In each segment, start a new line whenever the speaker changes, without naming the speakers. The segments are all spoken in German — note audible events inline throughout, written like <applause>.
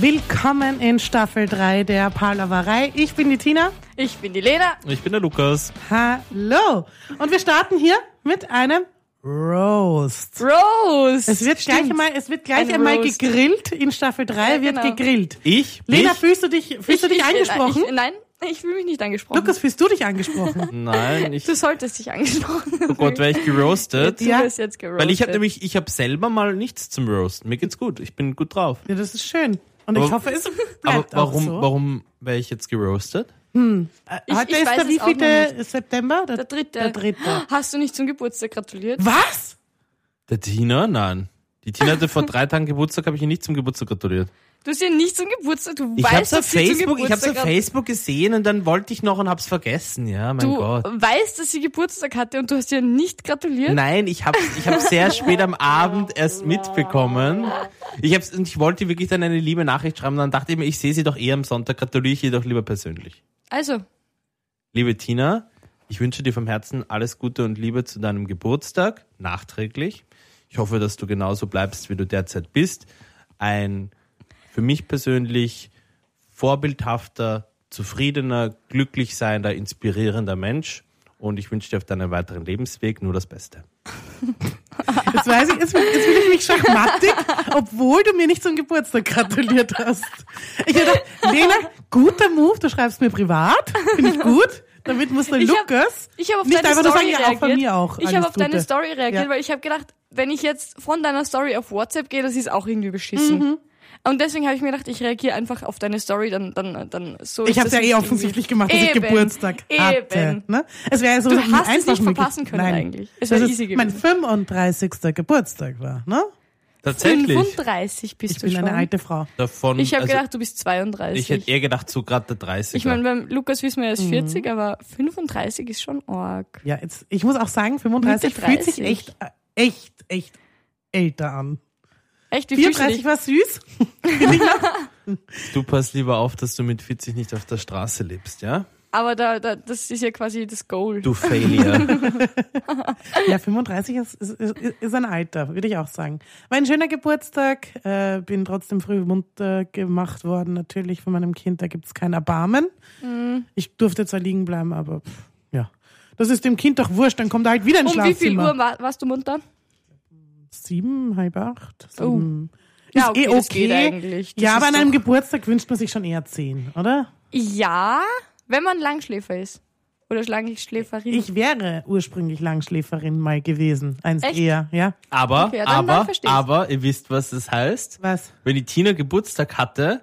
Willkommen in Staffel 3 der Palaverei. Ich bin die Tina.
Ich bin die Lena.
Ich bin der Lukas.
Hallo. Und wir starten hier mit einem Roast.
Rose.
Es wird gleich einmal, es wird gleich
Ein
einmal
Roast.
gegrillt. In Staffel 3
Ja,
wird
genau.
gegrillt.
Ich?
Lena,
Mich?
fühlst du dich, fühlst du dich angesprochen?
Ich, nein, ich fühle mich nicht angesprochen.
Lukas, fühlst du dich angesprochen? <laughs>
Nein, ich.
du solltest dich angesprochen
Oh Gott, wäre ich geroastet?
Du
Ja.
wirst jetzt gerostet.
Weil ich habe nämlich, ich habe selber mal nichts zum Roasten. Mir geht's gut. Ich bin gut drauf.
ja, das ist schön. Und ich
Aber-
hoffe, es
Aber
bleibt
warum,
auch so.
warum wäre ich jetzt geroastet?
Äh, Heute
ich
ist
weiß
der
es auch noch
wievielte September?
Der dritte.
Der dritte.
Hast du nicht zum Geburtstag gratuliert?
Was?
Der Tina? Nein. Die Tina
<laughs>
hatte vor drei Tagen Geburtstag, habe ich ihr nicht zum Geburtstag gratuliert.
Du hast ja nicht zum Geburtstag, du
Ich
weißt,
hab's
dass
auf Facebook,
sie
ich
zum
hab's
Geburtstag
auf Facebook gesehen und dann wollte ich noch und hab's vergessen. Ja, mein
Du
Gott.
weißt, dass sie Geburtstag hatte und du hast ihr nicht gratuliert?
Nein, ich habe ich hab sehr spät am Abend erst mitbekommen. Ich hab's und ich wollte wirklich dann eine liebe Nachricht schreiben, dann dachte ich mir, ich sehe sie doch eher am Sonntag, gratuliere ich ihr doch lieber persönlich.
Also,
Liebe Tina, ich wünsche dir vom Herzen alles Gute und Liebe zu deinem Geburtstag, nachträglich. Ich hoffe, dass du genauso bleibst, wie du derzeit bist. Ein für mich persönlich vorbildhafter, zufriedener, glücklich seiender, inspirierender Mensch. Und ich wünsche dir auf deinem weiteren Lebensweg nur das Beste.
Jetzt weiß ich, jetzt, bin- jetzt bin ich mich schachmattig, obwohl du mir nicht zum Geburtstag gratuliert hast. Ich hab gedacht, Lena, guter Move, du schreibst mir privat, finde ich gut. Damit muss der
Ich hab-
Lukas
ich habe auf
nicht
deine
einfach nur sagen,
Story
ja, auch
reagiert.
von mir auch.
ich
alles
habe auf deine
Gute.
Story reagiert,
Ja.
weil ich habe gedacht, wenn ich jetzt von deiner Story auf WhatsApp gehe, das ist auch irgendwie beschissen.
Mhm.
Und deswegen habe ich mir gedacht, ich reagiere einfach auf deine Story, dann dann dann so.
Ich
ist
habe
das
ja eh
nicht
offensichtlich gemacht, dass ich
Eben.
Geburtag hatte.
Eben.
Ne? Es wäre ja so
Du
wie
hast es
einfach
nicht
möglich-
verpassen können
Nein.
eigentlich. Es
Dass
wäre
es
easy
mein
gewesen.
35. Geburtstag war. Ne?
Tatsächlich.
35 bist
Ich
du
bin
schon.
eine alte Frau.
Davon,
ich habe
also,
gedacht, du bist 32.
ich hätte eher gedacht, so gerade der 30.
Ich meine, beim Lukas wissen wir, er ist
Mhm.
40, aber 35 ist schon arg.
Ja, jetzt, ich muss auch sagen, 35
Mitte
fühlt sich
30.
echt, äh, echt, echt älter an.
Echt, wie fühlst du
34
dich?
war süß.
du passt lieber auf, dass du mit 40 nicht auf der Straße lebst, ja?
Aber da, da, das ist ja quasi das Goal. <laughs>
Du Failure.
Ja, 35 ist, ist, ist, ist ein Alter, würde ich auch sagen. War ein schöner Geburtstag, äh, bin trotzdem früh munter gemacht worden, natürlich von meinem Kind, da gibt's kein Erbarmen.
Mhm.
Ich durfte zwar liegen bleiben, aber pff, ja. Das ist dem Kind doch wurscht, dann kommt er halt wieder ins
um wie viel
Schlafzimmer.
Uhr war, warst du munter?
Sieben, halb acht,
Oh.
sieben.
Ja,
ist eh
okay, das geht
okay.
eigentlich. Das
Ja, aber
ist
an einem
doch-
Geburtstag wünscht man sich schon eher zehn, oder?
Ja, wenn man Langschläfer ist. Oder Langschläferin.
Ich wäre ursprünglich Langschläferin mal gewesen, eins
Echt?
eher, ja.
Aber,
Okay, ja, dann- dann
aber,
versteh's.
aber, ihr wisst, was das heißt.
Was?
Wenn die Tina Geburtstag hatte,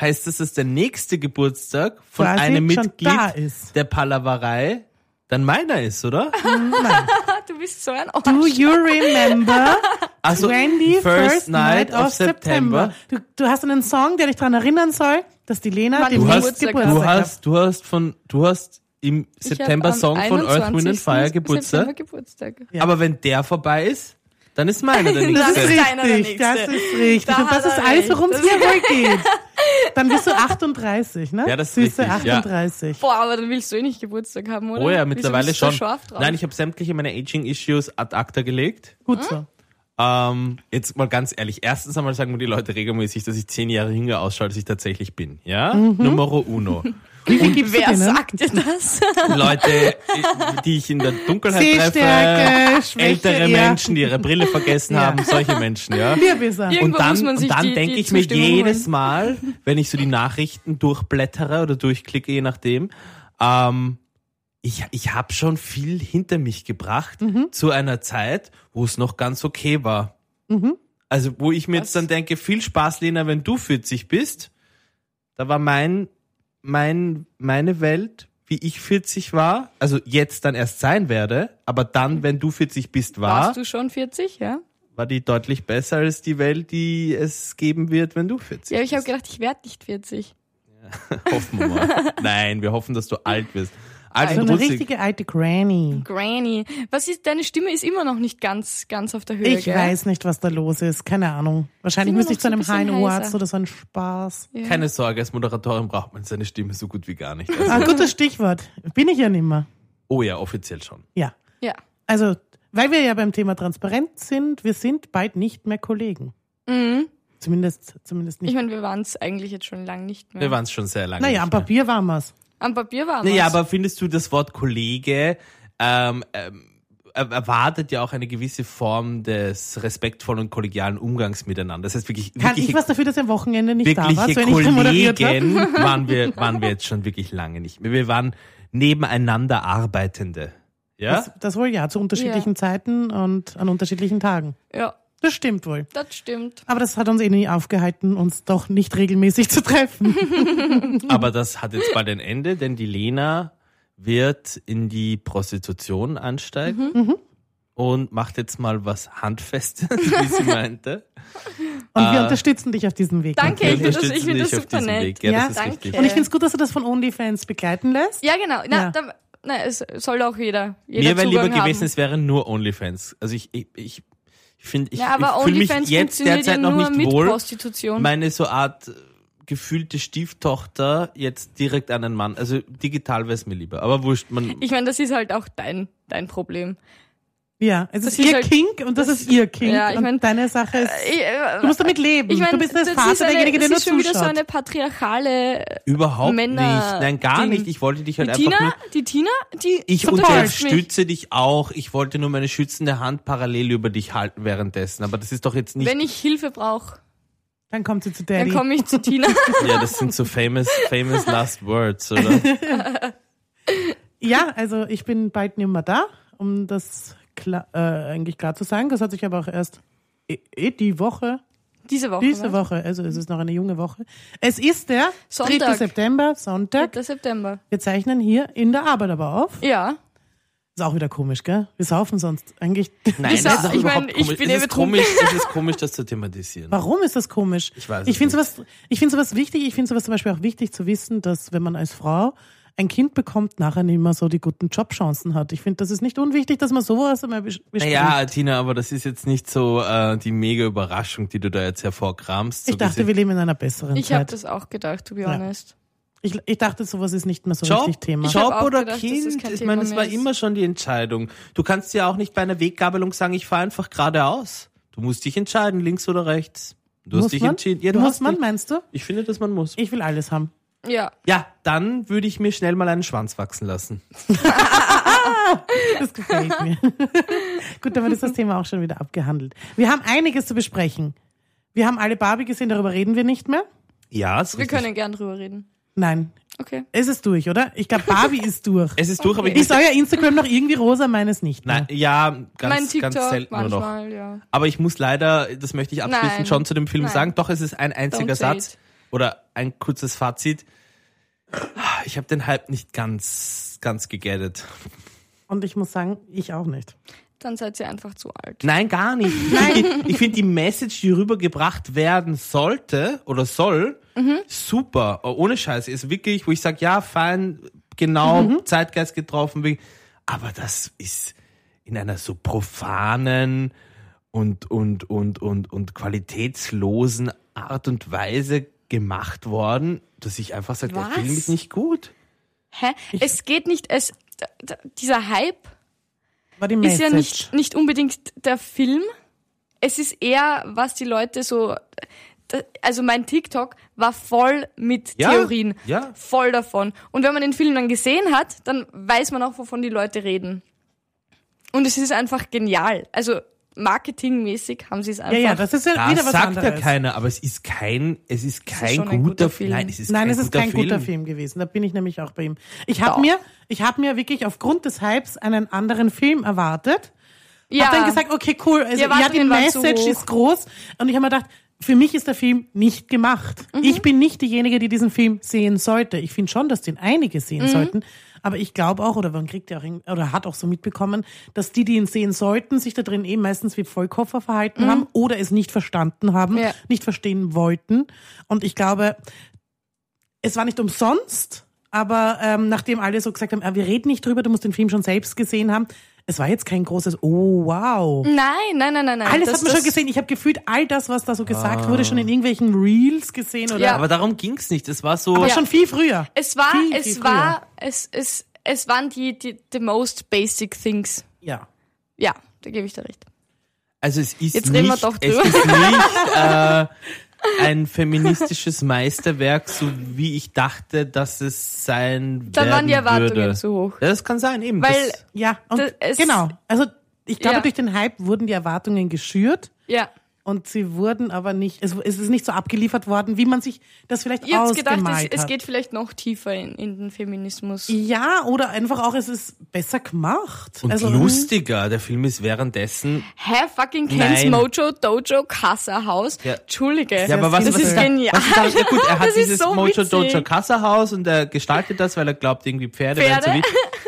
heißt es, dass der nächste Geburtstag von
Quasi
einem
schon da
Mitglied
ist.
der Palaverei dann meiner
<laughs>
ist, oder?
Nein.
Ah, du bist so ein Arsch.
Do you
<laughs>
remember
Also,
21st night of September. Du, du hast einen Song, der dich daran erinnern soll, dass die Lena
Wann
den
Du
Geburtstag
hast,
hast- Geburtstag
du hast, du hast von, du hast im
Ich hab
September
am
Song von Earth, Wind and
21.
Fire Geburtstag.
September Geburtstag.
Ja.
Aber wenn der vorbei ist, dann ist meiner
<laughs>
der
Das
Das ist
ist
nächste.
deiner der
richtig, das
Nächste.
ist richtig.
Da
Und das
hat er
ist alles,
recht.
worum es
Das-
hier wohl
<laughs>
geht. Dann bist du 38, ne?
Ja, das ist
Süße
richtig, ja.
38.
Boah, aber dann willst du eh nicht Geburtstag haben, oder?
Oh ja,
Wieso
mittlerweile
bist du
schon.
so Scharf drauf?
Nein, ich habe sämtliche meine Aging-Issues ad acta gelegt.
Gut so.
Ähm, jetzt mal ganz ehrlich. Erstens einmal sagen mir die Leute regelmäßig, dass ich zehn Jahre jünger ausschaue, als ich tatsächlich bin. Ja?
Mhm.
Numero
<laughs>
uno.
Wie viel gibst
Wer
du denen?
sagt dir
<laughs>
das?
Leute, die ich in der Dunkelheit treffe.
Sehstärke, Schwäche,
Ältere
ja.
Menschen, die ihre Brille vergessen
Ja.
haben. Solche Menschen, ja?
Bierbisser.
Ja.
Und
Irgendwo
dann,
muss man sich
und dann
die-
denke
die
ich mir
Zustimmung
jedes Mal, wenn ich so die Nachrichten durchblättere oder durchklicke, je nachdem, ähm, ich, ich habe schon viel hinter mich gebracht
Mhm.
zu einer Zeit, wo es noch ganz okay war.
Mhm.
Also wo ich mir
Was?
jetzt dann denke, viel Spaß, Lena, wenn du 40 bist. Da war mein, mein, meine Welt, wie ich 40 war, also jetzt dann erst sein werde, aber dann, wenn du 40 bist, war
Warst du schon 40, ja?
war die deutlich besser als die Welt, die es geben wird, wenn du 40
Ja, ich habe
bist.
gedacht, ich werde nicht 40.
<laughs> Hoffen wir mal. Nein, wir hoffen, dass du alt wirst. Also, Alt
So
und
eine
rutzig.
richtige alte Granny.
Granny. Was ist, deine Stimme ist immer noch nicht ganz, ganz auf der Höhe,
Ich
gell?
weiß nicht, was da los ist. Keine Ahnung. Wahrscheinlich
Immer
müsste ich zu
noch so ein
einem
bisschen
Heinenohrarzt
heiser.
oder so ein Spaß.
Ja.
Keine Sorge, als Moderatorin braucht man seine Stimme so gut wie gar nicht. Also,
Ah, gutes Stichwort. Bin ich ja nimmer.
oh ja, offiziell schon.
Ja.
Ja.
Also, weil wir ja beim Thema transparent sind, wir sind bald nicht mehr Kollegen.
Mhm.
Zumindest, zumindest
Ich
nicht.
meine, wir waren es eigentlich jetzt schon lange nicht mehr.
Wir waren es schon sehr lange.
Naja, am
nicht mehr.
Papier waren wir's.
Am Papier waren
Naja,
wir's.
aber findest du das Wort Kollege ähm, ähm, er- erwartet ja auch eine gewisse Form des respektvollen und kollegialen Umgangs miteinander. Das heißt wirklich,
Kann
wirkliche,
ich was dafür, dass ihr am Wochenende nicht da wart,
wirkliche
wenn ich moderiert habe?
Kollegen waren wir, waren wir jetzt schon wirklich lange nicht mehr. Wir waren nebeneinander Arbeitende. Ja?
Das, das wohl ja, zu unterschiedlichen
Ja.
Zeiten und an unterschiedlichen Tagen.
Ja,
Das stimmt wohl.
das stimmt.
Aber das hat uns eh nie aufgehalten, uns doch nicht regelmäßig zu
<laughs>
treffen.
Aber das hat jetzt bald ein Ende, denn die Lena wird in die Prostitution ansteigen
Mhm.
und macht jetzt mal was Handfestes,
<laughs>
wie sie meinte.
Und wir
Ah.
unterstützen dich auf diesem Weg.
Danke,
Wir
ich finde das, ich
unterstützen
find das
dich auf
super
diesem
nett.
Weg. Ja,
Ja,
das ist
danke.
richtig.
Und ich finde es gut, dass du das von OnlyFans begleiten lässt.
Ja, genau. Na,
Ja.
Da, na, es soll auch jeder. jeder
Mir wäre lieber
Zugang haben.
gewesen, es wären nur Onlyfans. Also ich, ich, ich finde, ich,
ja, aber
ich fühle mich
OnlyFans
jetzt
funktioniert ja
derzeit noch
nur
nicht
mit
wohl,
Prostitution.
meine so Art äh, gefühlte Stieftochter jetzt direkt an einen Mann. Also digital wäre es mir lieber. Aber wurscht, man.
ich meine, das ist halt auch dein, dein Problem.
Ja, es ist
ist
ihr
halt-
Kink und das,
das-
ist ihr Kink.
ja, ich mein-
und deine Sache ist,
Ich, äh,
du musst damit leben.
ich meine,
du bist der
das ist
Vater
eine,
derjenige, der
das
nur
ist schon wieder
zuschaut.
so eine patriarchale
Überhaupt
Männer-
nicht. Nein, gar
Ding.
nicht. Ich wollte dich halt
Die
einfach nur
Tina, die Tina, die
Ich
unterstützt mich.
unterstütze dich auch. Ich wollte nur meine schützende Hand parallel über dich halten währenddessen. Aber das ist doch jetzt nicht.
Wenn ich Hilfe brauche,
Dann kommt sie zu
dann
Daddy.
komme ich zu
<laughs>
Tina.
ja, das sind so famous, famous last words,
<laughs>
oder?
Ja, also ich bin bald nicht mehr da, um das klar, äh, eigentlich klar zu sagen. Das hat sich aber auch erst eh, eh die Woche,
Diese Woche. ne?
diese
was?
Woche, also es ist noch eine junge Woche. Es ist der
Sonntag.
3. September, Sonntag.
3. September.
Wir zeichnen hier in der Arbeit aber auf.
Ja.
Ist auch wieder komisch, gell? Wir saufen sonst eigentlich.
Nein,
Ist
das
auch-
ist doch
ich
überhaupt
meine, ich
komisch.
bin
es,
eh
ist komisch es ist komisch, das
<laughs>
zu thematisieren.
Warum ist das komisch?
Ich weiß es
ich finde
nicht.
sowas, ich finde sowas wichtig. Ich finde sowas zum Beispiel auch wichtig zu wissen, dass wenn man als Frau ein Kind bekommt, nachher nicht mehr so die guten Jobchancen hat. Ich finde, das ist nicht unwichtig, dass man sowas einmal bes- bespricht.
Naja, also Tina, aber das ist jetzt nicht so äh, die mega Überraschung, die du da jetzt hervorkramst. So
ich dachte,
gesehen.
wir leben in einer besseren
Ich habe
Zeit.
das auch gedacht, to be
Ja.
honest.
ich, ich dachte, sowas ist nicht mehr so
Job,
richtig Thema.
hab
Job
auch
oder
gedacht, dass das
Kind?
kein
Ich
Thema
meine, es
mehr
war
ist.
immer schon die Entscheidung. Du kannst ja auch nicht bei einer Weggabelung sagen, ich fahre einfach geradeaus. Du musst dich entscheiden, links oder rechts. Du hast
Muss
dich
man?
entschieden. Ja, du
Muss
hast
man,
dich.
meinst du?
Ich finde, dass man muss.
Ich will alles haben.
Ja.
Ja, dann würde ich mir schnell mal einen Schwanz wachsen lassen.
Das gefällt
<laughs>
mir. Gut, damit ist das Thema auch schon wieder abgehandelt. Wir haben einiges zu besprechen. Wir haben alle Barbie gesehen, darüber reden wir nicht mehr.
Ja, ist
Wir
richtig.
können gern drüber reden.
Nein,
Okay.
es ist durch, oder? Ich glaube, Barbie ist
<laughs>
durch.
Es ist durch, aber ich
Ist euer Instagram noch irgendwie rosa? Meines nicht.
Nein, ja, ganz,
mein TikTok
ganz selten nur noch.
manchmal, ja.
Aber ich muss leider, das möchte ich abschließend
Nein.
schon zu dem Film
Nein.
sagen, doch es ist ein einziger
Don't say
Satz
it.
oder ein kurzes Fazit. Ich habe den Hype nicht ganz, ganz gegettet.
Und ich muss sagen, ich auch nicht.
Dann seid ihr einfach zu alt.
Nein, gar nicht. Nein. Ich finde die Message, die rübergebracht werden sollte oder soll, super. Oh, Ohne Scheiße. Ist wirklich, wo ich sage, ja, fein, genau, Zeitgeist getroffen. wie- Aber das ist in einer so profanen und, und, und, und, und qualitätslosen Art und Weise gemacht worden, dass ich einfach sage, der
Was?
Film ist nicht gut.
Hä? Es geht nicht, es, d- d- dieser Hype
War die
ist
Message.
ja nicht, nicht unbedingt der Film. Es ist eher, was die Leute so. da- Also mein TikTok war voll mit
Ja,
Theorien.
ja.
Voll davon. Und wenn man den Film dann gesehen hat, dann weiß man auch, wovon die Leute reden. Und es ist einfach genial. Also marketingmäßig haben sie es einfach.
ja, ja, das ist ja
Das
wieder was
sagt
anderes.
ja keiner, aber es ist kein, es ist kein
schon
guter,
ein guter
Film.
Film.
Nein, es ist
Nein,
kein
es ist
guter
kein guter
Film.
Film gewesen. Da bin ich nämlich auch bei ihm. Ich
Doch.
habe mir, ich habe mir wirklich aufgrund des Hypes einen anderen Film erwartet.
ja.
Hab dann gesagt, okay, cool. Also,
Die
ja, die
Erwartungen waren zu
Message
hoch.
ist groß. Und ich habe mir gedacht, für mich ist der Film nicht gemacht.
Mhm.
Ich bin nicht diejenige, die diesen Film sehen sollte. Ich finde schon, dass den einige
Mhm.
sehen sollten. Aber ich glaube auch, oder man kriegt ja auch, irgend- oder hat auch so mitbekommen, dass die, die ihn sehen sollten, sich da drin eben meistens wie Vollkoffer verhalten haben oder es nicht verstanden haben,
Mhm. Ja.
nicht verstehen wollten. Und ich glaube, es war nicht umsonst, aber ähm, nachdem alle so gesagt haben, ah, wir reden nicht drüber, du musst den Film schon selbst gesehen haben, es war jetzt kein großes Oh wow.
nein, nein, nein, nein, nein.
Alles
Das-
hat man schon
das-
gesehen. Ich habe gefühlt all das, was da so gesagt wurde, schon in irgendwelchen Reels gesehen oder
Ja.
Aber darum ging's nicht. Es war so.
aber
Ja.
schon viel früher.
Es war,
Viel, viel
es
früher.
war, es, es, es waren die, die, the most basic things.
Ja.
Ja, da gebe ich dir recht.
Also es
Jetzt
ist nicht,
reden wir doch
es
drüber.
ist nicht äh, ein feministisches Meisterwerk, so wie ich dachte, dass es sein
Dann waren die
werden
Erwartungen
würde.
zu hoch.
Ja, das kann sein, eben.
Weil-
das,
Ja, und
Das ist-
genau. Also ich glaube,
Ja.
durch den Hype wurden die Erwartungen geschürt
Ja.
und sie wurden aber nicht, es, es ist nicht so abgeliefert worden, wie man sich das vielleicht
Ich hab's
ausgemalt
gedacht, es, es
hat.
geht vielleicht noch tiefer in, in den Feminismus.
ja, oder einfach auch, es ist besser gemacht.
und
also,
mhm.
lustiger, der Film ist währenddessen.
Hä, fucking Ken's
Nein.
Mojo Dojo Casa Haus?
Ja.
Entschuldige.
Ja, aber was,
Also das
was
ist
da-
genial.
Was ist da, ja
<laughs>
gut, er hat
Das ist
dieses
so
Mojo
witzig.
Dojo Kassahaus und er gestaltet das, weil er glaubt, irgendwie Pferde, werden zu
Pferde?
wichtig.
<laughs>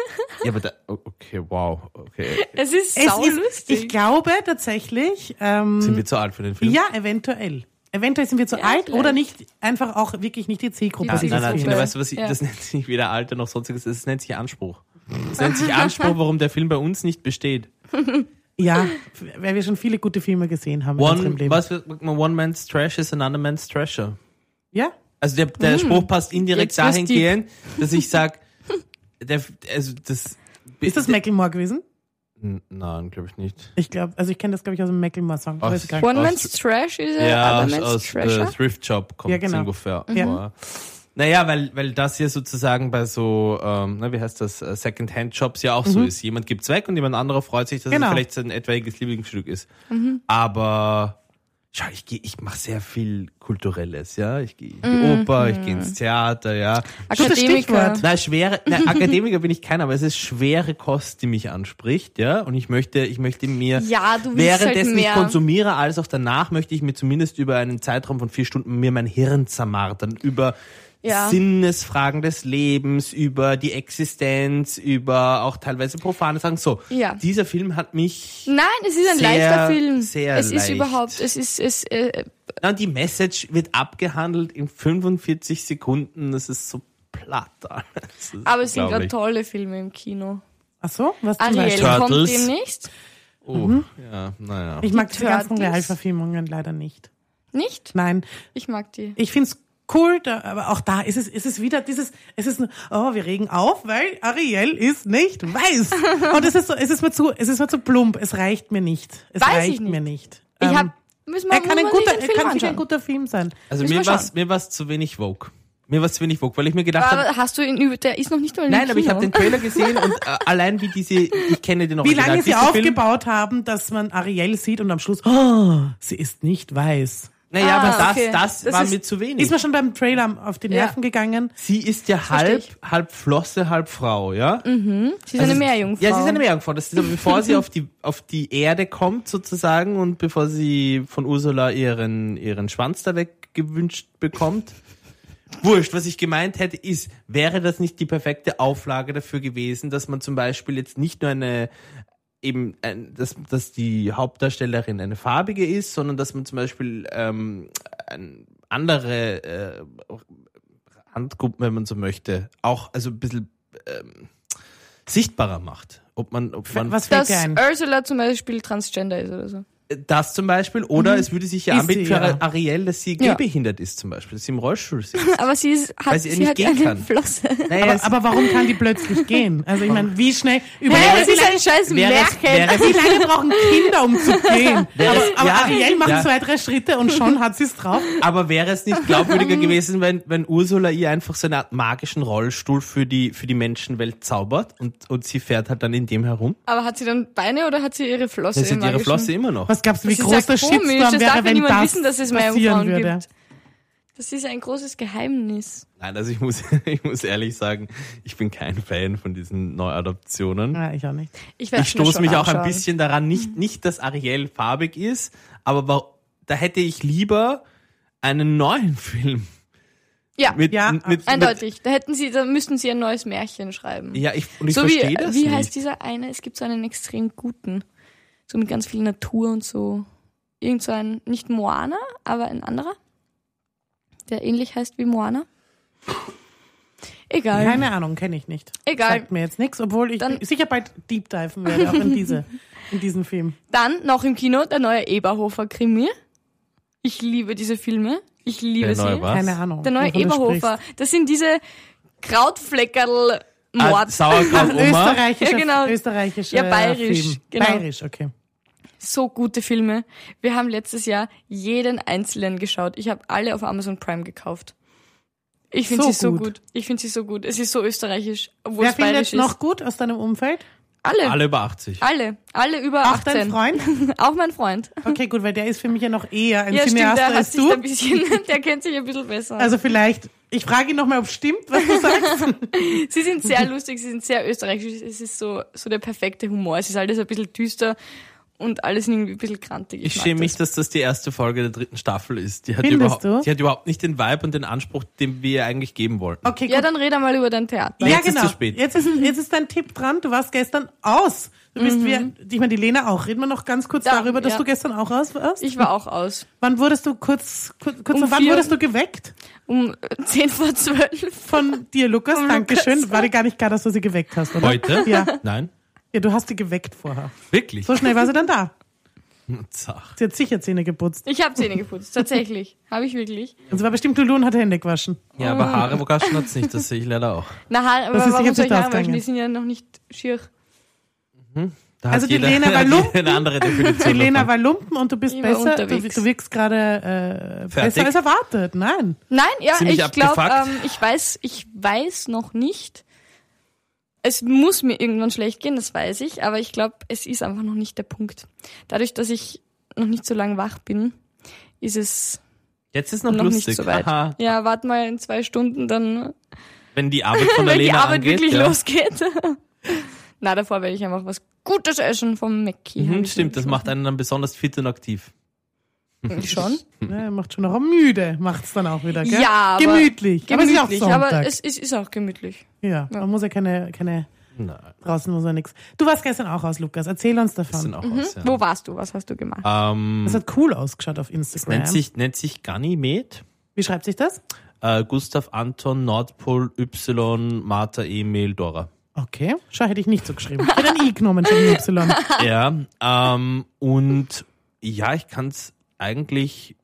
Ja, aber da, okay, wow, okay.
Es ist
Es
sau
ist,
lustig.
ich glaube tatsächlich,
Mhm.
ähm,
Sind wir zu alt für den Film?
ja, eventuell. Eventuell sind wir zu
Ja,
alt
vielleicht.
oder nicht, einfach auch wirklich nicht die Zielgruppe.
Ja,
dieses
Nein, nein,
Zielgruppe.
Ah, Tina,
Films.
weißt du, was ich,
Ja.
das nennt sich weder Alter noch sonstiges, das nennt sich Anspruch. Das nennt sich Anspruch, warum der Film bei uns nicht besteht.
Ja, weil wir schon viele gute Filme gesehen haben in unserem
One,
Leben.
was, sagt man, one man's trash is another man's treasure.
Ja?
Also der, der Spruch passt indirekt
Jetzt wirst
dahingehend, dass ich sag, der, also das,
Ist das Macklemore gewesen?
N- Nein, glaube ich nicht.
Ich glaube, also ich kenne das, glaube ich, aus dem Macklemore-Song. aber
Ach,
ist egal.
One
Aus-
Man's Trash is a
Ja,
Other
aus,
Man's
aus äh,
Treasure.
Thrift Shop kommt
Ja,
ja,
genau.
ungefähr.
Ja.
vor. Naja, weil, weil das hier sozusagen bei so, ähm, na, wie heißt das, äh, Second-Hand-Shops ja auch so ist. Jemand gibt's weg und jemand anderer freut sich, dass
Genau.
es vielleicht sein etwaiges Lieblingsstück ist. Aber schau, ich, geh, ich mache sehr viel Kulturelles, ja. Ich gehe in die Oper, ich gehe ins Theater, ja.
Gutes
Akademiker.
Stichwort.
Na, schwere, na,
<laughs>
Akademiker bin ich keiner, aber es ist schwere Kost, die mich anspricht, ja. Und ich möchte, ich möchte mir
Ja, du willst halt
währenddessen ich
mehr.
konsumiere, als auch danach möchte ich mir zumindest über einen Zeitraum von vier Stunden mir mein Hirn zermartern, über
Ja.
Sinnesfragen des Lebens, über die Existenz, über auch teilweise profane Sachen. So,
Ja.
dieser Film hat mich,
Nein, es ist ein
Sehr,
leichter Film.
sehr
es
leicht.
ist überhaupt, es ist, es, äh,
na, die Message wird abgehandelt in 45 Sekunden, das ist so platt. Das ist
aber es sind gerade
unglaublich.
tolle Filme im Kino.
Ach so, was zum
Ariel
Beispiel?
kommt
Turtles.
demnächst.
Oh,
Mhm.
ja, naja.
Ich mag
Die
diese ganzen
Turtles.
Realverfilmungen leider nicht.
Nicht?
Nein,
Ich mag die.
ich find's cool, da, aber auch da ist es, ist es wieder dieses, es ist, ein, oh, wir regen auf, weil Ariel ist nicht
<laughs>
weiß. Und es ist so, es ist mir zu, es ist mir zu plump, es reicht mir nicht. Es
Weiß ich
reicht
nicht.
mir nicht.
Ich
Ähm,
hab, müssen wir,
er kann,
muss
ein
man
guter,
sich den
er
Film
kann sicher ein
anschauen.
guter Film sein.
Also
Müssen
mir
wir
war's,
schauen.
mir war's zu wenig Vogue. Mir war's zu wenig Vogue, weil ich mir gedacht habe,
Aber hast du ihn über, der ist noch nicht mal im
nein, aber ich
Kino.
habe den Trailer gesehen und äh, allein wie diese, ich kenne den
Wie
Original.
lange sie
Disney-Film.
aufgebaut haben, dass man Ariel sieht und am Schluss, oh,
Ah.
sie ist nicht weiß.
Naja,
Ah,
aber das,
okay.
das,
Das
war
ist-
mir zu wenig.
Ist mir schon beim Trailer auf die
Ja.
Nerven gegangen.
sie ist ja
Versteh
halb,
ich.
halb Flosse, halb Frau, ja?
Sie ist eine Meerjungfrau.
also, Ja, sie ist eine Meerjungfrau. Das ist aber bevor sie auf die, auf die Erde kommt sozusagen und bevor sie von Ursula ihren, ihren Schwanz da weggewünscht bekommt. Wurscht, was ich gemeint hätte, ist, wäre das nicht die perfekte Auflage dafür gewesen, dass man zum Beispiel jetzt nicht nur eine, eben, ein, dass, dass die Hauptdarstellerin eine farbige ist, sondern dass man zum Beispiel ähm, ein andere äh, Handgruppen, wenn man so möchte, auch also ein bisschen ähm, sichtbarer macht. Ob man, ob man
Was fällt
Dass
dir ein?
Ursula zum Beispiel transgender ist oder so.
Äh, das zum Beispiel, oder es würde sich ja
Mhm. Ist
anbieten
sie,
für
ja.
Ariel, dass sie
Ja.
gehbehindert ist zum Beispiel, dass sie im Rollstuhl sitzt.
<laughs>
Aber sie ist, hat,
Weil sie
sie,
ja nicht
hat
gehen
eine
kann.
Flosse.
Naja,
Aber,
es-
aber warum kann die plötzlich gehen? Also ich meine, wie schnell
Hä,
überlegen
das
Sie
ist
lange,
ein scheiß
wäre es- wäre
Märchen.
es-
wie lange brauchen Kinder, um zu gehen?
Wäre
aber
es-
aber
ja,
Ariel macht
ja.
zwei, drei Schritte und schon hat sie es drauf.
Aber wäre es nicht
<laughs>
glaubwürdiger gewesen, wenn, wenn Ursula ihr einfach so eine Art magischen Rollstuhl für die, für die Menschenwelt zaubert und, und sie fährt halt dann in dem herum?
Aber hat sie dann Beine oder hat sie ihre Flosse?
Das ist
im
ihre
magischen-
Flosse immer noch.
Was glaubst du, wie
Das ist
groß der
ja komisch,
Shitstorm
das
wäre,
darf ja
wenn
niemand
das
wissen, dass es mehr
passieren
Frauen
würde?
gibt. Das ist ein großes Geheimnis.
Nein, also ich muss, <laughs> ich muss ehrlich sagen, ich bin kein Fan von diesen Neuadoptionen.
Ja, ich auch nicht.
Ich, werd's
ich
mir
stoße
schon
mich auch ein
anschauen.
bisschen daran,
Mhm.
nicht, nicht, dass Ariel farbig ist, aber wa- da hätte ich lieber einen neuen Film.
Ja,
Mit,
Ja,
mit, mit,
eindeutig. Da hätten sie, da müssten sie ein neues Märchen schreiben.
ja, ich, und ich
so wie,
verstehe das
wie
nicht.
heißt dieser eine? Es gibt so einen extrem guten. So mit ganz viel Natur und so. Irgend so ein, nicht Moana, aber ein anderer. Der ähnlich heißt wie Moana. Egal,
Keine Ahnung, kenne ich nicht.
Ähm, egal.
Sagt mir jetzt nichts, obwohl ich
Dann-
sicher bald deep diven werde, auch in, diese, in diesen Film.
Dann noch im Kino der neue Eberhofer Krimi. Ich liebe diese Filme. Ich liebe
Der
sie.
neue was?
Keine Ahnung.
Der neue
wovon du
Eberhofer. Das sind diese Krautfleckerl
Ah,
Mord.
sprichst. Ach,
<laughs> Sauerkraut Oma.
österreichischer,
Ja, genau.
österreichischer
Ja, bayerisch,
Film.
genau.
Bayerisch, okay.
so gute Filme. Wir haben letztes Jahr jeden einzelnen geschaut. Ich habe alle auf Amazon Prime gekauft. Ich finde
So
sie so
gut.
gut. Ich finde sie so gut. Es ist so österreichisch, obwohl
Wer
es
findet
bayerisch
jetzt
ist.
noch gut aus deinem Umfeld?
alle, alle,
Alle über 80.
alle, über
Auch
18.
dein
<laughs>
Freund?
Auch mein Freund.
Okay, gut, weil der ist für mich ja noch eher ein
Ja, stimmt,
Cineast
der hat
als
sich da
du.
ein bisschen, <laughs> der kennt sich ein bisschen besser.
Also vielleicht, ich frage ihn nochmal, ob es stimmt,
<laughs>
was du sagst.
sie sind sehr lustig, sie sind sehr österreichisch. Es ist so, so der perfekte Humor. Es ist alles ein bisschen düster und alles irgendwie ein bisschen krantig.
Ich
mag
schäme mich,
das.
dass das die erste Folge der dritten Staffel ist. Die hat,
Findest
überhaupt,
du?
die hat überhaupt nicht den Vibe und den Anspruch, den wir ihr eigentlich geben wollten.
Okay,
Ja,
gut.
dann red einmal über dein Theater.
ja,
Jetzt ist
genau.
zu spät.
Jetzt, ist, jetzt ist dein Tipp dran. Du warst gestern aus. Du bist wie, ein- ich meine, die Lena auch. Reden wir noch ganz kurz
Mhm. Ja,
darüber, dass
ja.
du gestern auch aus warst.
Ich war auch aus.
wann wurdest du kurz, kurz, kurz
Um
um wann
vier-
wurdest du geweckt?
Um äh, 10 vor 12.
Von dir, Lukas.
Von
Dankeschön.
Um Lukas.
War dir gar nicht klar, dass du sie geweckt hast, oder?
Heute?
Ja.
Nein?
ja, du hast sie geweckt vorher.
Wirklich?
So schnell war sie dann da.
Zach.
Sie hat sicher Zähne geputzt.
Ich habe Zähne geputzt, <laughs> tatsächlich. Habe ich wirklich.
Und sie war bestimmt Lulu und hat Hände gewaschen.
Ja,
Oh.
aber Haare wo waschen hat's nicht, das sehe ich leider auch.
Na, Haare, aber
Das ist
warum
jetzt
soll
nicht
ich Haare waschen?
ausgegangen.
Die sind ja noch nicht schier.
Da hat
Also die
jeder,
Lena
<laughs> hat
war
jeder
lumpen.
eine andere
Die
Definition.
Lena
davon.
war Lumpen und du bist
Ich war
besser. Du,
unterwegs.
du wirkst gerade äh,
Fertig?
besser als erwartet. Nein.
Nein, ja,
Ziemlich
ich glaube,
abgefuckt.
ähm, ich weiß, ich weiß noch nicht. Es muss mir irgendwann schlecht gehen, das weiß ich, aber ich glaube, es ist einfach noch nicht der Punkt. Dadurch, dass ich noch nicht so lange wach bin, ist es
Jetzt ist noch,
noch,
lustig.
nicht so weit.
Aha.
Ja, wart mal in zwei Stunden, dann,
Wenn
<laughs>
die Arbeit von der
wenn
Lena
die Arbeit
angeht,
wirklich
ja.
losgeht. <laughs> Na, davor werde ich einfach was Gutes essen vom Mackie. hab
Mhm,
ich
stimmt, das
schon
macht einen dann besonders fit und aktiv.
gesagt. schon.
Ne, macht schon auch müde, macht's dann auch wieder, gell?
Ja, aber-
gemütlich.
Gemütlich,
aber es ist auch Sonntag.
aber es, es ist auch gemütlich.
ja, man muss ja keine, keine
Nein,
draußen muss man nix. Du warst gestern auch aus, Lukas. Erzähl uns
das sind
davon.
auch aus, ja.
Mhm. Hm? Wo warst du? Was hast du gemacht?
Ähm,
Das hat cool ausgeschaut auf Instagram.
nennt sich, nennt sich Ganymed.
Wie schreibt sich das?
Äh, Gustav Anton, Nordpol, Y, Martha, Emil, Dora.
Okay, schau, hätte ich nicht so geschrieben. Ich hätte ein I genommen schon Y.
<laughs> Ja, ähm, und ja, ich kann es eigentlich,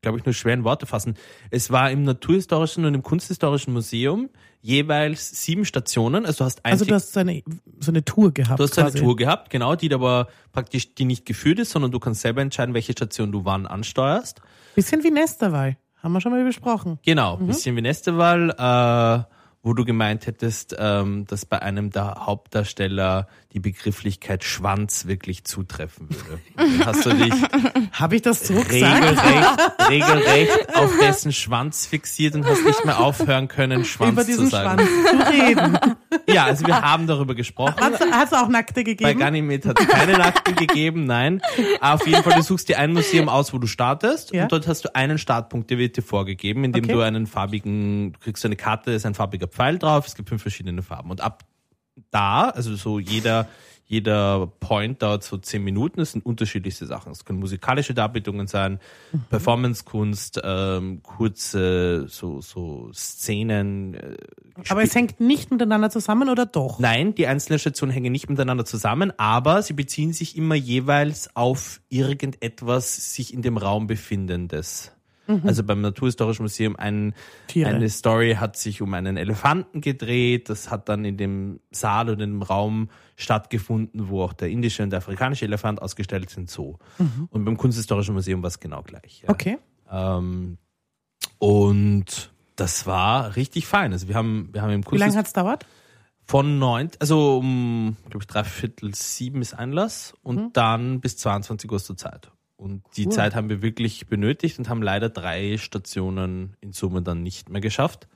glaube ich, nur schwer in Worte fassen. Es war im Naturhistorischen und im Kunsthistorischen Museum jeweils sieben Stationen. Also du hast ein
Also du hast so eine, so eine Tour gehabt.
Du hast eine
quasi.
Tour gehabt, genau, die da aber praktisch die nicht geführt ist, sondern du kannst selber entscheiden, welche Station du wann ansteuerst.
Bisschen wie Nesterwahl. Haben wir schon mal besprochen.
Genau, bisschen wie Nesteval, äh, wo du gemeint hättest, ähm, dass bei einem der Hauptdarsteller die Begrifflichkeit Schwanz wirklich zutreffen würde. Dann hast
<laughs>
du dich
Habe ich das so gesagt?
regelrecht, regelrecht auf dessen Schwanz fixiert und hast nicht mehr aufhören können, Schwanz
Über
zu
diesen
sagen.
Schwanz zu reden.
Ja, also wir haben darüber gesprochen.
Hat es auch Nackte
Bei
gegeben?
Ganymed hat es keine
<laughs>
Nackten gegeben, nein. Auf jeden Fall, du suchst dir ein Museum aus, wo du startest
Ja.
und dort hast du einen Startpunkt, der wird dir vorgegeben, indem
Okay.
du einen farbigen, du kriegst eine Karte, da ist ein farbiger Pfeil drauf, es gibt fünf verschiedene Farben und ab da, also so jeder, jeder Point dauert so zehn Minuten, es sind unterschiedlichste Sachen. Es können musikalische Darbietungen sein,
Mhm.
Performancekunst, ähm, kurze so, so Szenen, äh,
Aber es hängt nicht miteinander zusammen oder doch?
Nein, die einzelnen Stationen hängen nicht miteinander zusammen, aber sie beziehen sich immer jeweils auf irgendetwas sich in dem Raum befindendes. Also beim Naturhistorischen Museum ein,
Mhm. Tiere.
eine Story hat sich um einen Elefanten gedreht. Das hat dann in dem Saal oder in dem Raum stattgefunden, wo auch der indische und der afrikanische Elefant ausgestellt sind. So. Und beim Kunsthistorischen Museum war es genau gleich. Ja.
Mhm. Okay.
Ähm, und das war richtig fein. Also wir haben, wir haben im
Wie
Kunsthistorischen
lange hat's dauert?
von neun, also um, glaube ich, dreiviertel sieben ist Einlass und dann bis 22 Uhr hast du Zeit. Und die
Mhm. Cool.
Zeit haben wir wirklich benötigt und haben leider drei Stationen in Summe dann nicht mehr geschafft.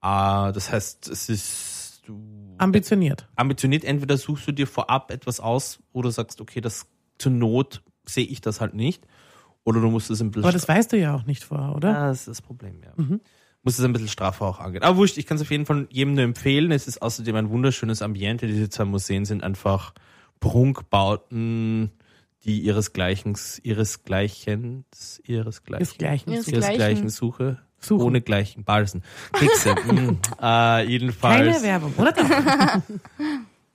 Ah, das heißt, es ist du
Ambitioniert.
ambitioniert, entweder suchst du dir vorab etwas aus oder sagst, okay, das zur Not sehe ich das halt nicht. Oder du musst es ein bisschen
Aber das weißt du ja auch nicht vorher, oder?
ja, das ist das Problem, ja.
Mhm.
Muss es ein bisschen straffer auch angehen. Aber wurscht, ich kann es auf jeden Fall jedem nur empfehlen. Es ist außerdem ein wunderschönes Ambiente. Diese zwei Museen sind einfach Prunkbauten, die ihresgleichen, ihresgleichen, ihresgleichen,
Desgleichen.
Ihres-
ihresgleichen suche.
Suchen.
Ohne gleichen Balsen. Kriegse.
<laughs>
mm, äh,
Keine
jedenfalls,
Werbung, oder? Doch.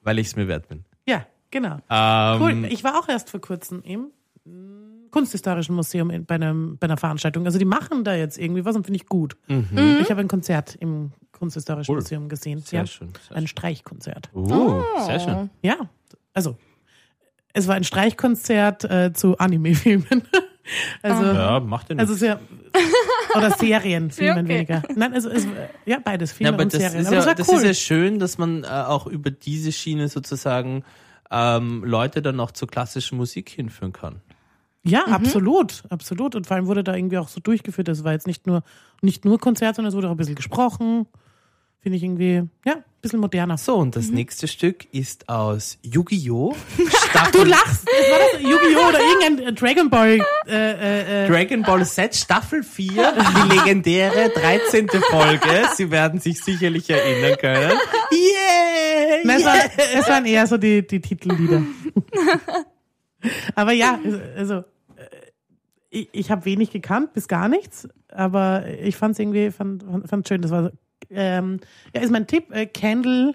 weil ich es mir wert bin.
ja, genau.
Ähm,
Cool. Ich war auch erst vor kurzem im mm, Kunsthistorischen Museum in, bei, einem, bei einer Veranstaltung. Also die machen da jetzt irgendwie was und finde ich gut. Ich habe ein Konzert im Kunsthistorischen
Mhm. Cool.
Museum gesehen.
Sehr
ja. Oh.
schön. Oh, Sehr
Ein
schön.
Streichkonzert.
Uh, Sehr schön.
Ja, also Es war ein Streichkonzert äh, zu Anime-Filmen. <laughs> also,
Ja, macht den.
also sehr. Oder Serien, Filmen
okay.
weniger. Nein, also es, ja, beides,
ja,
Filme
aber
und
das,
Serien.
ist
aber
ja,
es war
das
cool.
ist ja schön, dass man äh, auch über diese Schiene sozusagen ähm, Leute dann auch zur klassischen Musik hinführen kann.
Ja, absolut, absolut. Und vor allem wurde da irgendwie auch so durchgeführt. Das war jetzt nicht nur, nicht nur Konzert, sondern es wurde auch ein bisschen gesprochen. Finde ich irgendwie, ja, ein bisschen moderner.
So, und
Mhm.
das nächste Stück ist aus
<laughs>
Yu-Gi-Oh!
Du
Staffel
lachst! Das war das Yu-Gi-Oh! oder irgendein äh, Dragon Ball. Äh, äh, äh.
Dragon Ball Z Staffel 4,
<laughs>
die legendäre 13. Folge. Sie werden sich sicherlich erinnern können. Yay!
Nein, es, waren, es waren eher so die, die Titellieder. aber ja, also, äh, ich, ich habe wenig gekannt, bis gar nichts. Aber ich fand es irgendwie fand, fand, fand's schön. Das war, so, ähm, ja, ist mein Tipp: äh, Candle,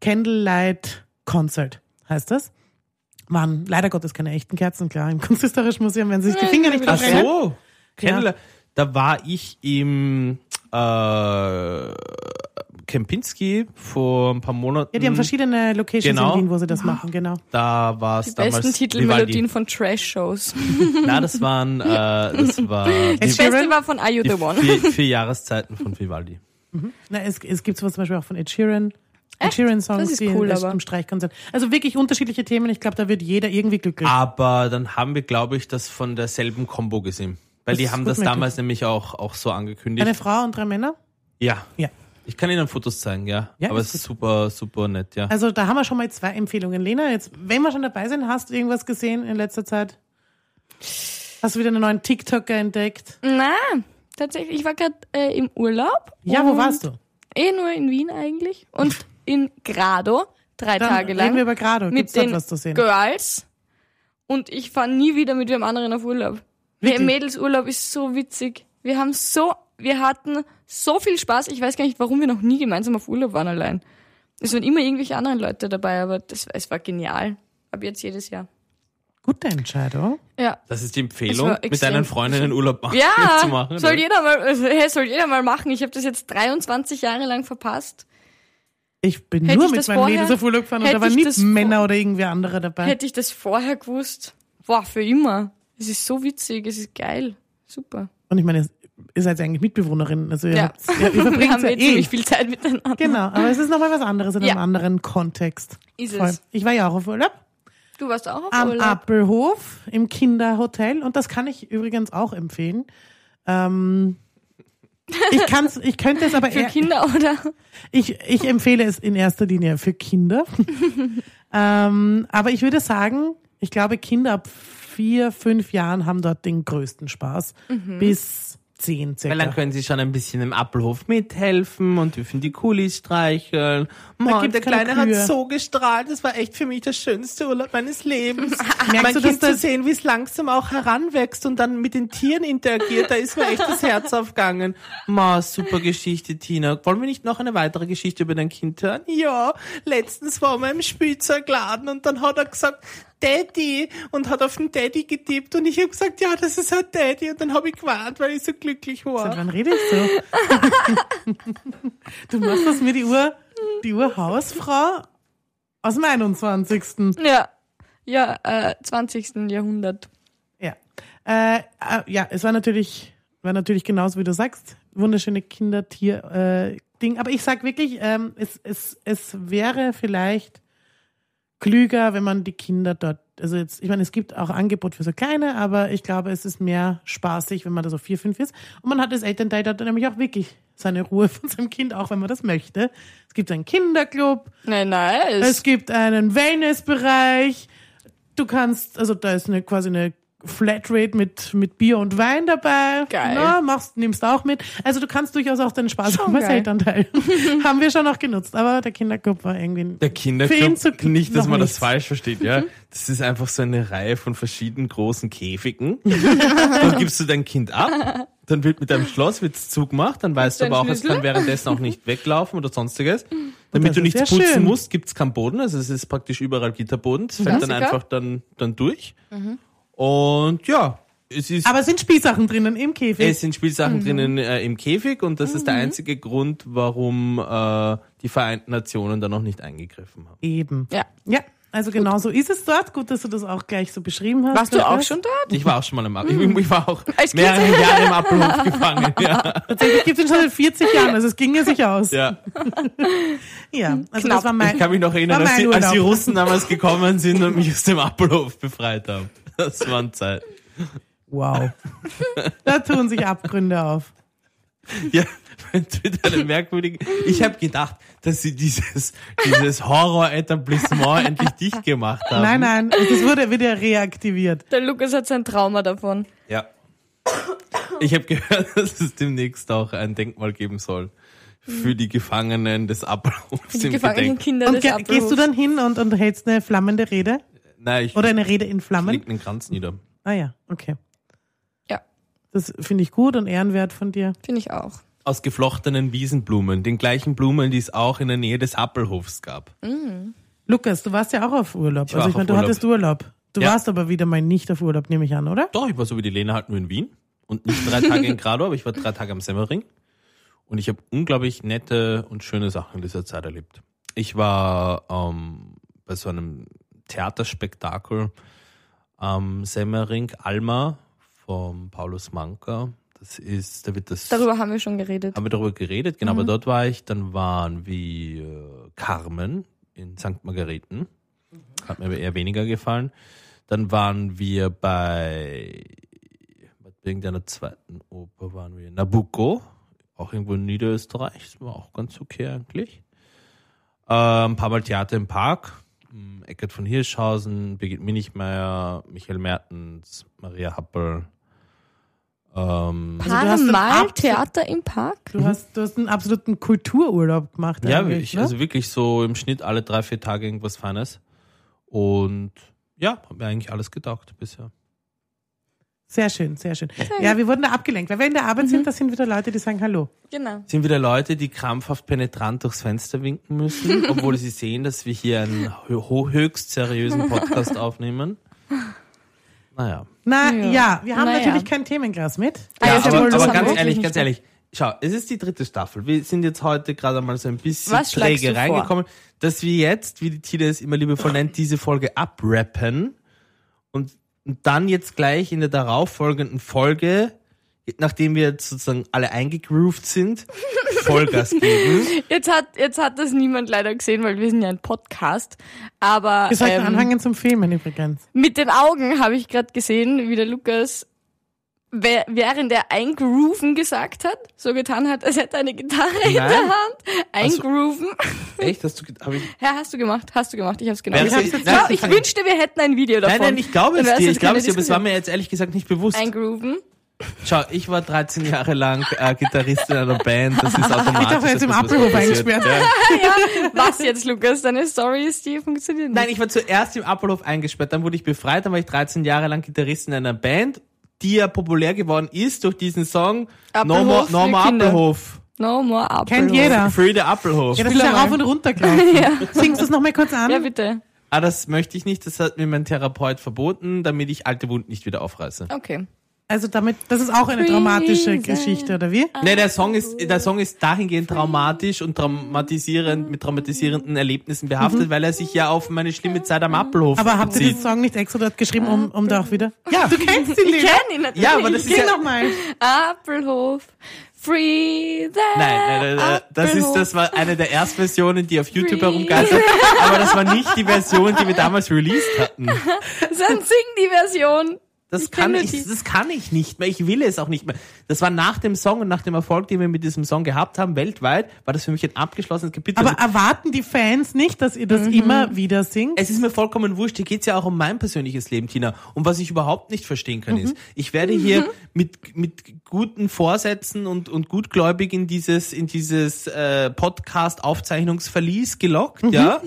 Candlelight Concert heißt das. Waren leider Gottes keine echten Kerzen, klar, im <laughs> Kunsthistorischen Museum, wenn sie sich die Finger nicht
Ach
verbrennen.
so, Candlelight. Da war ich im äh, Kempinski vor ein paar Monaten.
Ja, die haben verschiedene Locations
Hm. Genau.
in Wien, wo sie das machen, genau.
Da war
Die
es damals.
besten Titelmelodien von Trash-Shows.
Vivaldi. Na, das waren, äh, das war
Das
die,
Beste war von Are You
die
The One.
vier, vier Jahreszeiten von Vivaldi.
Na, es, es gibt sowas zum Beispiel auch von Ed Sheeran. Ed Sheeran Songs,
Das ist
die in-
cool,
das
aber.
im Streichkonzert. Also wirklich unterschiedliche Themen. Ich glaube, da wird jeder irgendwie glücklich.
Ah, Aber dann haben wir, glaube ich, das von derselben Combo gesehen. Weil
Das
die
ist
haben
gut
das
möglich.
damals nämlich auch, auch so angekündigt.
Eine Frau und drei Männer.
ja.
Ja.
Ich kann Ihnen Fotos zeigen, ja.
Ja,
Aber
ist
es ist super, super nett, ja.
Also da haben wir schon mal zwei Empfehlungen. Lena, jetzt, wenn wir schon dabei sind, hast du irgendwas gesehen in letzter Zeit? Hast du wieder einen neuen TikToker entdeckt?
Na, tatsächlich, ich war gerade äh, im Urlaub.
Ja, wo
und-
warst du?
Eh nur in Wien eigentlich. Und in Grado, drei
Dann
Tage lang.
reden wir über Grado. Gibt's
mit
dort
den
was zu sehen?
Girls. Und ich fahre nie wieder mit wem anderen auf Urlaub. Der
Wirklich?
Mädelsurlaub ist so witzig. Wir haben so, wir hatten so viel Spaß. Ich weiß gar nicht, warum wir noch nie gemeinsam auf Urlaub waren allein. Es waren immer irgendwelche anderen Leute dabei, aber das, es war genial. Ab jetzt jedes Jahr.
Gute Entscheidung.
Ja.
Das ist die
Es war
Empfehlung, mit
extrem
deinen Freundinnen Urlaub machen, <laughs> zu
Ja,
machen.
soll
ne?
jeder mal, also, hey, soll jeder mal machen. Ich habe das jetzt 23 Jahre lang verpasst.
Ich bin
Hätte
nur
ich
mit
das
meinen
vorher-
Mädels auf Urlaub gefahren und
hätte
da waren
ich
nie
das vor-
Männer oder irgendwer andere dabei.
Hätte ich das vorher gewusst, boah, für immer. Es ist so witzig, es ist geil. Super.
Und ich meine, ihr seid ja eigentlich Mitbewohnerinnen. Also ihr,
Ja.
habt's- ihr, ihr
<laughs> Wir
verbringt
haben
ja
eh
eh
ziemlich viel Zeit miteinander. <laughs>
Genau, aber es ist nochmal was anderes in einem
Ja.
anderen Kontext.
Ist
Voll.
es.
Ich war ja auch auf Urlaub
Du warst auch auf
am
Urlaub.
Appelhof im Kinderhotel und das kann ich übrigens auch empfehlen. Ähm, ich kann's, ich könnte es aber
<laughs> Für
eher,
Kinder, oder?
ich, ich empfehle es in erster Linie für
<laughs>
Kinder. ähm, aber ich würde sagen, ich glaube, Kinder ab vier, fünf Jahren haben dort den größten Spaß.
Mhm.
Bis zehn circa.
Weil dann können sie schon ein bisschen im Appelhof mithelfen und dürfen die Kulis streicheln. Mann,
gibt's
der
keine
Kleine hat
Kühe.
so gestrahlt. Das war echt für mich der schönste Urlaub meines <laughs> Lebens.
Merkst
mein
du, dass
Kind zu
das-
sehen, wie es langsam auch heranwächst und dann mit den Tieren interagiert, da ist mir echt das Herz aufgegangen. Ma, super Geschichte, Tina. Wollen wir nicht noch eine weitere Geschichte über dein Kind hören? Ja, letztens war er im Spielzeugladen und dann hat er gesagt, Daddy und hat auf den Daddy getippt und ich habe gesagt, ja, das ist halt Daddy und dann habe ich gewarnt, weil ich so glücklich war.
Seit wann redest du? <laughs> du machst aus mir die Uhr, die Uhr Hausfrau aus dem 21.
Ja. Ja, äh, 20. Jahrhundert.
Ja. Äh, äh, ja, es war natürlich, war natürlich genauso wie du sagst, wunderschöne Kindertier äh, Ding, aber ich sag wirklich, ähm, es, es, es wäre vielleicht klüger, wenn man die Kinder dort also jetzt, ich meine, es gibt auch Angebot für so kleine, aber ich glaube, es ist mehr spaßig, wenn man da so vier, fünf ist. Und man hat als Elternteil dort nämlich auch wirklich seine Ruhe <laughs> von seinem Kind, auch wenn man das möchte. Es gibt einen Kinderclub,
Nein, nice.
es gibt einen Wellnessbereich. Du kannst, also da ist eine quasi eine Flatrate mit, mit Bier und Wein dabei.
Geil.
Na, machst, nimmst auch mit. Also du kannst durchaus auch deinen Spaß
Schon
haben als
geil. <laughs>
Elternteil. Haben wir schon auch genutzt, aber der Kinderclub war irgendwie.
Der
Für ihn zu
Kinderclub,
kl-
nicht,
noch
dass
Mhm.
man
nichts.
das falsch versteht, ja. Das ist einfach so eine Reihe von verschiedenen
<laughs>
großen Käfigen. dann gibst du dein Kind ab, dann wird mit deinem Schloss wird's zugemacht, dann weißt du
Dein
aber auch, es
Schlüssel?
kann währenddessen auch nicht weglaufen oder sonstiges. Damit
Mhm. das
du
ist
nichts
ja
putzen
schön.
musst, gibt's keinen Boden, also es ist praktisch überall Gitterboden, es fällt dann
Klassiker.
einfach dann, dann durch. Und ja, es
Mhm.
ist
Aber Mhm. es sind Spielsachen drinnen im Käfig.
es sind Spielsachen drinnen äh, im Käfig und das ist
Mhm.
der einzige Grund, warum äh, die Vereinten Nationen da noch nicht eingegriffen haben.
Eben.
ja.
Ja. Also genau so ist es dort. Gut, dass du das auch gleich so beschrieben hast.
Warst du auch
Lukas.
schon dort?
Ich war auch schon mal im Ab
Mhm.
ich, ich war auch
Als Kind.
mehrere
<laughs>
Jahre im Ablauf gefangen. Ja.
Tatsächlich gibt es schon
<laughs>
seit 40 Jahren, also es ging ja sich aus. Ja,
Ja.
also
Knapp.
das war
Ich kann
mein...
mich noch erinnern,
War
als
mein
die, als die
Urlaub.
Russen damals gekommen sind und mich aus dem Ablauf befreit haben. Das waren Zeiten.
<laughs>
Wow. Da tun sich Abgründe auf.
Ja, mein Twitter einen merkwürdigen. Ich habe gedacht, dass sie dieses, dieses Horror-Etablissement endlich dicht gemacht haben.
Nein, nein, es wurde wieder reaktiviert.
Der Lukas hat sein Trauma davon.
Ja. Ich habe gehört, dass es demnächst auch ein Denkmal geben soll für die Gefangenen des Ablaufs
Die
im
gefangenen
Gedenken.
Kinder
Und
des
ge
Ablaufs.
gehst du dann hin und, und hältst eine flammende Rede?
Nein, ich
Oder eine Rede in
leg
Flammen?
den Kranz nieder.
Ah ja, okay.
Ja.
Das finde ich gut und ehrenwert von dir.
Finde ich auch.
Aus geflochtenen Wiesenblumen, den gleichen Blumen, die es auch in der Nähe des Happelhofs gab.
Lukas, du warst ja auch auf Urlaub.
war
also ich
auch
meine,
auf
du
Urlaub.
hattest Urlaub. Du
Ja.
warst aber wieder mal nicht auf Urlaub, nehme ich an, oder?
Doch, ich war so wie die Lena halt nur in Wien und nicht <laughs> drei Tage in Grado, aber ich war drei Tage am Semmering und ich habe unglaublich nette und schöne Sachen in dieser Zeit erlebt. Ich war ähm, bei so einem Theaterspektakel am Semmering Alma vom Paulus Manka. Das ist, da wird das
Darüber haben wir schon geredet.
haben wir darüber geredet, genau, aber dort war ich, dann waren wir äh, Carmen in St. Margareten. Hat mir aber eher weniger gefallen. Dann waren wir bei bei irgendeiner zweiten Oper waren wir in Nabucco, auch irgendwo in Niederösterreich, das war auch ganz okay eigentlich. Äh, ein paar Mal Theater im Park, Mm, Eckert von Hirschhausen, Birgit Minichmeier, Michael Mertens, Maria Happel. Ähm,
Also du
Paar
hast einen
Mal
Abs-
Theater im Park?
Du, hast, du hast einen absoluten Kultururlaub gemacht.
Mhm. Ja,
eigentlich,
ich,
ne?
also wirklich so im Schnitt alle drei, vier Tage irgendwas Feines. Und ja, hat mir eigentlich alles getaugt bisher.
Sehr schön, sehr schön. Ja, wir wurden da abgelenkt. Weil wir in der Arbeit
Mhm.
sind, da sind wieder Leute, die sagen Hallo.
Genau.
Sind wieder Leute, die krampfhaft penetrant durchs Fenster winken müssen, obwohl sie sehen, dass wir hier einen hö- ho- höchst seriösen Podcast aufnehmen. Naja.
Na ja,
Ja.
wir haben
Na ja.
natürlich kein Themenglas mit.
Ah,
ja,
ja, stimmt,
aber
das
aber
haben wir
ganz
wirklich
ehrlich,
nicht
ganz ehrlich. Schau, es ist die dritte Staffel. Wir sind jetzt heute gerade mal so ein bisschen
Was schlägst
träge
du vor?
reingekommen, dass wir jetzt, wie die Tina es immer liebevoll nennt, diese Folge abrappen und, und dann jetzt gleich in der darauffolgenden Folge, nachdem wir jetzt sozusagen alle
<laughs>
eingegroovt sind, Vollgas geben.
Jetzt hat, jetzt hat das niemand leider gesehen, weil wir sind ja ein Podcast. Aber
Wir sollten
ähm,
anfangen zum Filmen übrigens.
mit den Augen habe ich gerade gesehen, wie der Lukas, wer- während er eingrooven gesagt hat, so getan hat, als hätte er eine Gitarre in der
Nein.
Hand.
Also-
Eingrooven.
Echt? Hast du, ge- hab ich,
Ja, hast du gemacht, hast du gemacht, ich habe es genau
Wer-
gesehen.
ich-
Ich,
nein,
glaub, ich wünschte, wir hätten ein Video davon.
nein, nein, ich glaube
Dann
es
wär's
dir.
jetzt
Ich glaube
keine
es dir, aber es war
Diskussion.
mir jetzt ehrlich gesagt nicht bewusst.
<laughs> Eingrooven.
Schau, ich war 13 Jahre lang äh, Gitarrist in einer Band.
<laughs>
Das ist automatisch.
Ich dachte, jetzt
dass
im
Ah, das was
Abgehob
passiert.
eingesperrt.
Ja.
Ah, Was jetzt, Lukas? Deine Story ist die funktioniert nicht.
Nein, ich war zuerst im Apollo eingesperrt, dann wurde ich befreit, dann war ich 13 Jahre lang Gitarrist in einer Band, die ja populär geworden ist durch diesen Song No
Appelhof
More,
für
no more
Kinder.
Appelhof.
no more Apple.
Kennt jeder.
Free the Appelhof.
Ja, das ist
Spiel
ja
einmal.
rauf und
<laughs>
runter gelaufen. Singst du es nochmal kurz an?
Ja, bitte.
Ah, das möchte ich nicht, das hat mir mein Therapeut verboten, damit ich alte Wunden nicht wieder aufreiße.
Okay.
also damit, das ist auch eine dramatische
Freezer.
Geschichte, oder wie?
Nee, der Song ist, der Song ist dahingehend traumatisch und traumatisierend, mit traumatisierenden Erlebnissen behaftet, weil er sich ja auf meine schlimme Zeit am Appelhof
Mhm. Aber habt ihr
bezieht.
den Song nicht extra dort geschrieben, um, um da auch wieder?
Ja.
Du kennst ihn
Ich
nicht.
kenne ihn natürlich. Genau.
Ja, aber das ist
Sing
ja,
nochmal.
Appelhof, free the
Nein, nein, nein, das ist,
Appelhof.
das war eine der Erstversionen, die auf YouTube
Free.
herumgeistert. Aber das war nicht die Version, die wir damals released hatten.
Dann sing die Version.
Das
Ich
kann
finde
ich,
die-
das kann ich nicht mehr. Ich will es auch nicht mehr. Das war nach dem Song und nach dem Erfolg, den wir mit diesem Song gehabt haben, weltweit, war das für mich ein abgeschlossenes Kapitel. Also
Aber erwarten die Fans nicht, dass ihr das
Mhm.
immer wieder singt?
es ist mir vollkommen wurscht, hier geht's ja auch um mein persönliches Leben, Tina. Und was ich überhaupt nicht verstehen kann,
Mhm.
ist, ich werde hier mit, mit guten Vorsätzen und, und gutgläubig in dieses, in dieses äh, Podcast-Aufzeichnungsverlies gelockt,
Mhm.
ja.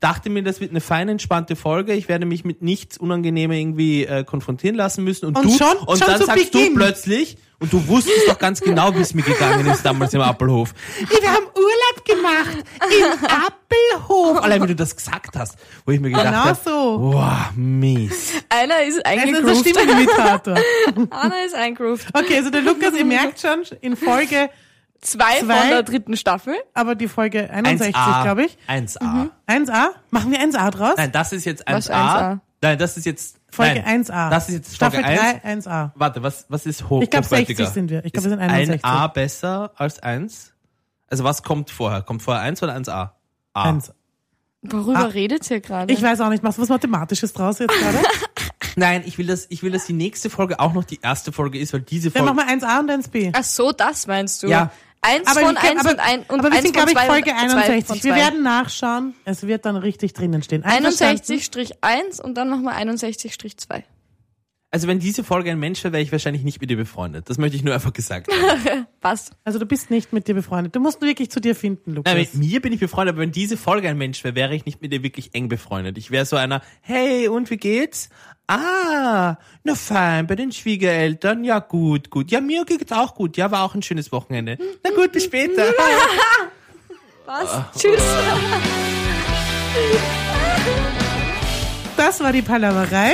Dachte mir, das wird eine fein entspannte Folge. Ich werde mich mit nichts Unangenehmem irgendwie äh, konfrontieren lassen müssen. Und,
Und
du
schon-
und
schon
dann
zu
sagst
Beginn.
du plötzlich, und du wusstest doch ganz genau, wie es mir gegangen ist damals im Appelhof.
Wir haben Urlaub gemacht
<laughs>
im Appelhof.
Allein wie du das gesagt hast, wo ich mir gedacht
Genau
habe,
so.
boah, mies.
Einer
Es
ist
ist ein
eingegroovt. <laughs>
Stimmenimitator.
Einer ist eingegroovt.
Okay, also der Lukas, ihr merkt schon, in Folge
zwei,
Zwei?
von der dritten Staffel.
Aber die Folge 61, glaube ich. Mhm.
1a.
1a? Machen wir 1a draus?
Nein, das ist jetzt 1a.
Was 1a?
Nein, das ist jetzt
Folge
nein,
1a.
Das ist jetzt Staffel
Staffel
1.
3, 1a.
Warte, was, was ist hoch?
Ich glaub, 60
hochwertiger?
sind wir. Ich glaub,
ist
wir sind 61.
1a besser als 1? Also was kommt vorher? Kommt vorher 1 oder 1a? A.
1a.
Worüber redet ihr gerade?
Ich weiß auch nicht, machst du was Mathematisches draus jetzt gerade?
Nein, ich will, dass, ich will, dass die nächste Folge auch noch die erste Folge ist, weil diese
Dann
Folge...
machen wir 1a und 1b.
Ach so, das meinst du?
Ja.
Eins
Aber,
von
ich,
eins
aber,
und ein und
aber wir
eins
sind,
von
glaube ich,
zwei
Folge
und zwei von
61. Wir
zwei.
werden nachschauen. Es wird dann richtig drinnen stehen. Einverstanden?
61-1 und dann nochmal 61-2.
also wenn diese Folge ein Mensch wäre, wäre ich wahrscheinlich nicht mit dir befreundet. Das möchte ich nur einfach gesagt haben.
<laughs> Passt.
Also du bist nicht mit dir befreundet. Du musst wirklich zu dir finden, Lukas.
Nein, mit mir bin ich befreundet, aber wenn diese Folge ein Mensch wäre, wäre ich nicht mit ihr wirklich eng befreundet. Ich wäre so einer, hey, und wie geht's? Ah, na fein, bei den Schwiegereltern, ja gut, gut. Ja, mir geht's auch gut, ja, war auch ein schönes Wochenende. Na gut, bis später. <laughs>
Passt. Tschüss.
Das war die Palaverei.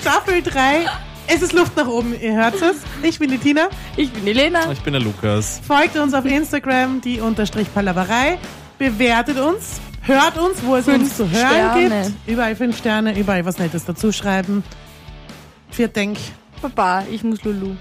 Staffel 3. Es ist Luft nach oben, ihr hört es. Ich bin die Tina.
Ich bin die Lena.
Ich bin der Lukas.
Folgt uns auf Instagram, die unterstrich Palaverei. Bewertet uns. Hört uns, wo es
Fünf
uns zu hören
Sterne.
gibt. Überall fünf Sterne, überall was Nettes dazu schreiben. Viert denk.
Baba, ich muss Lulu.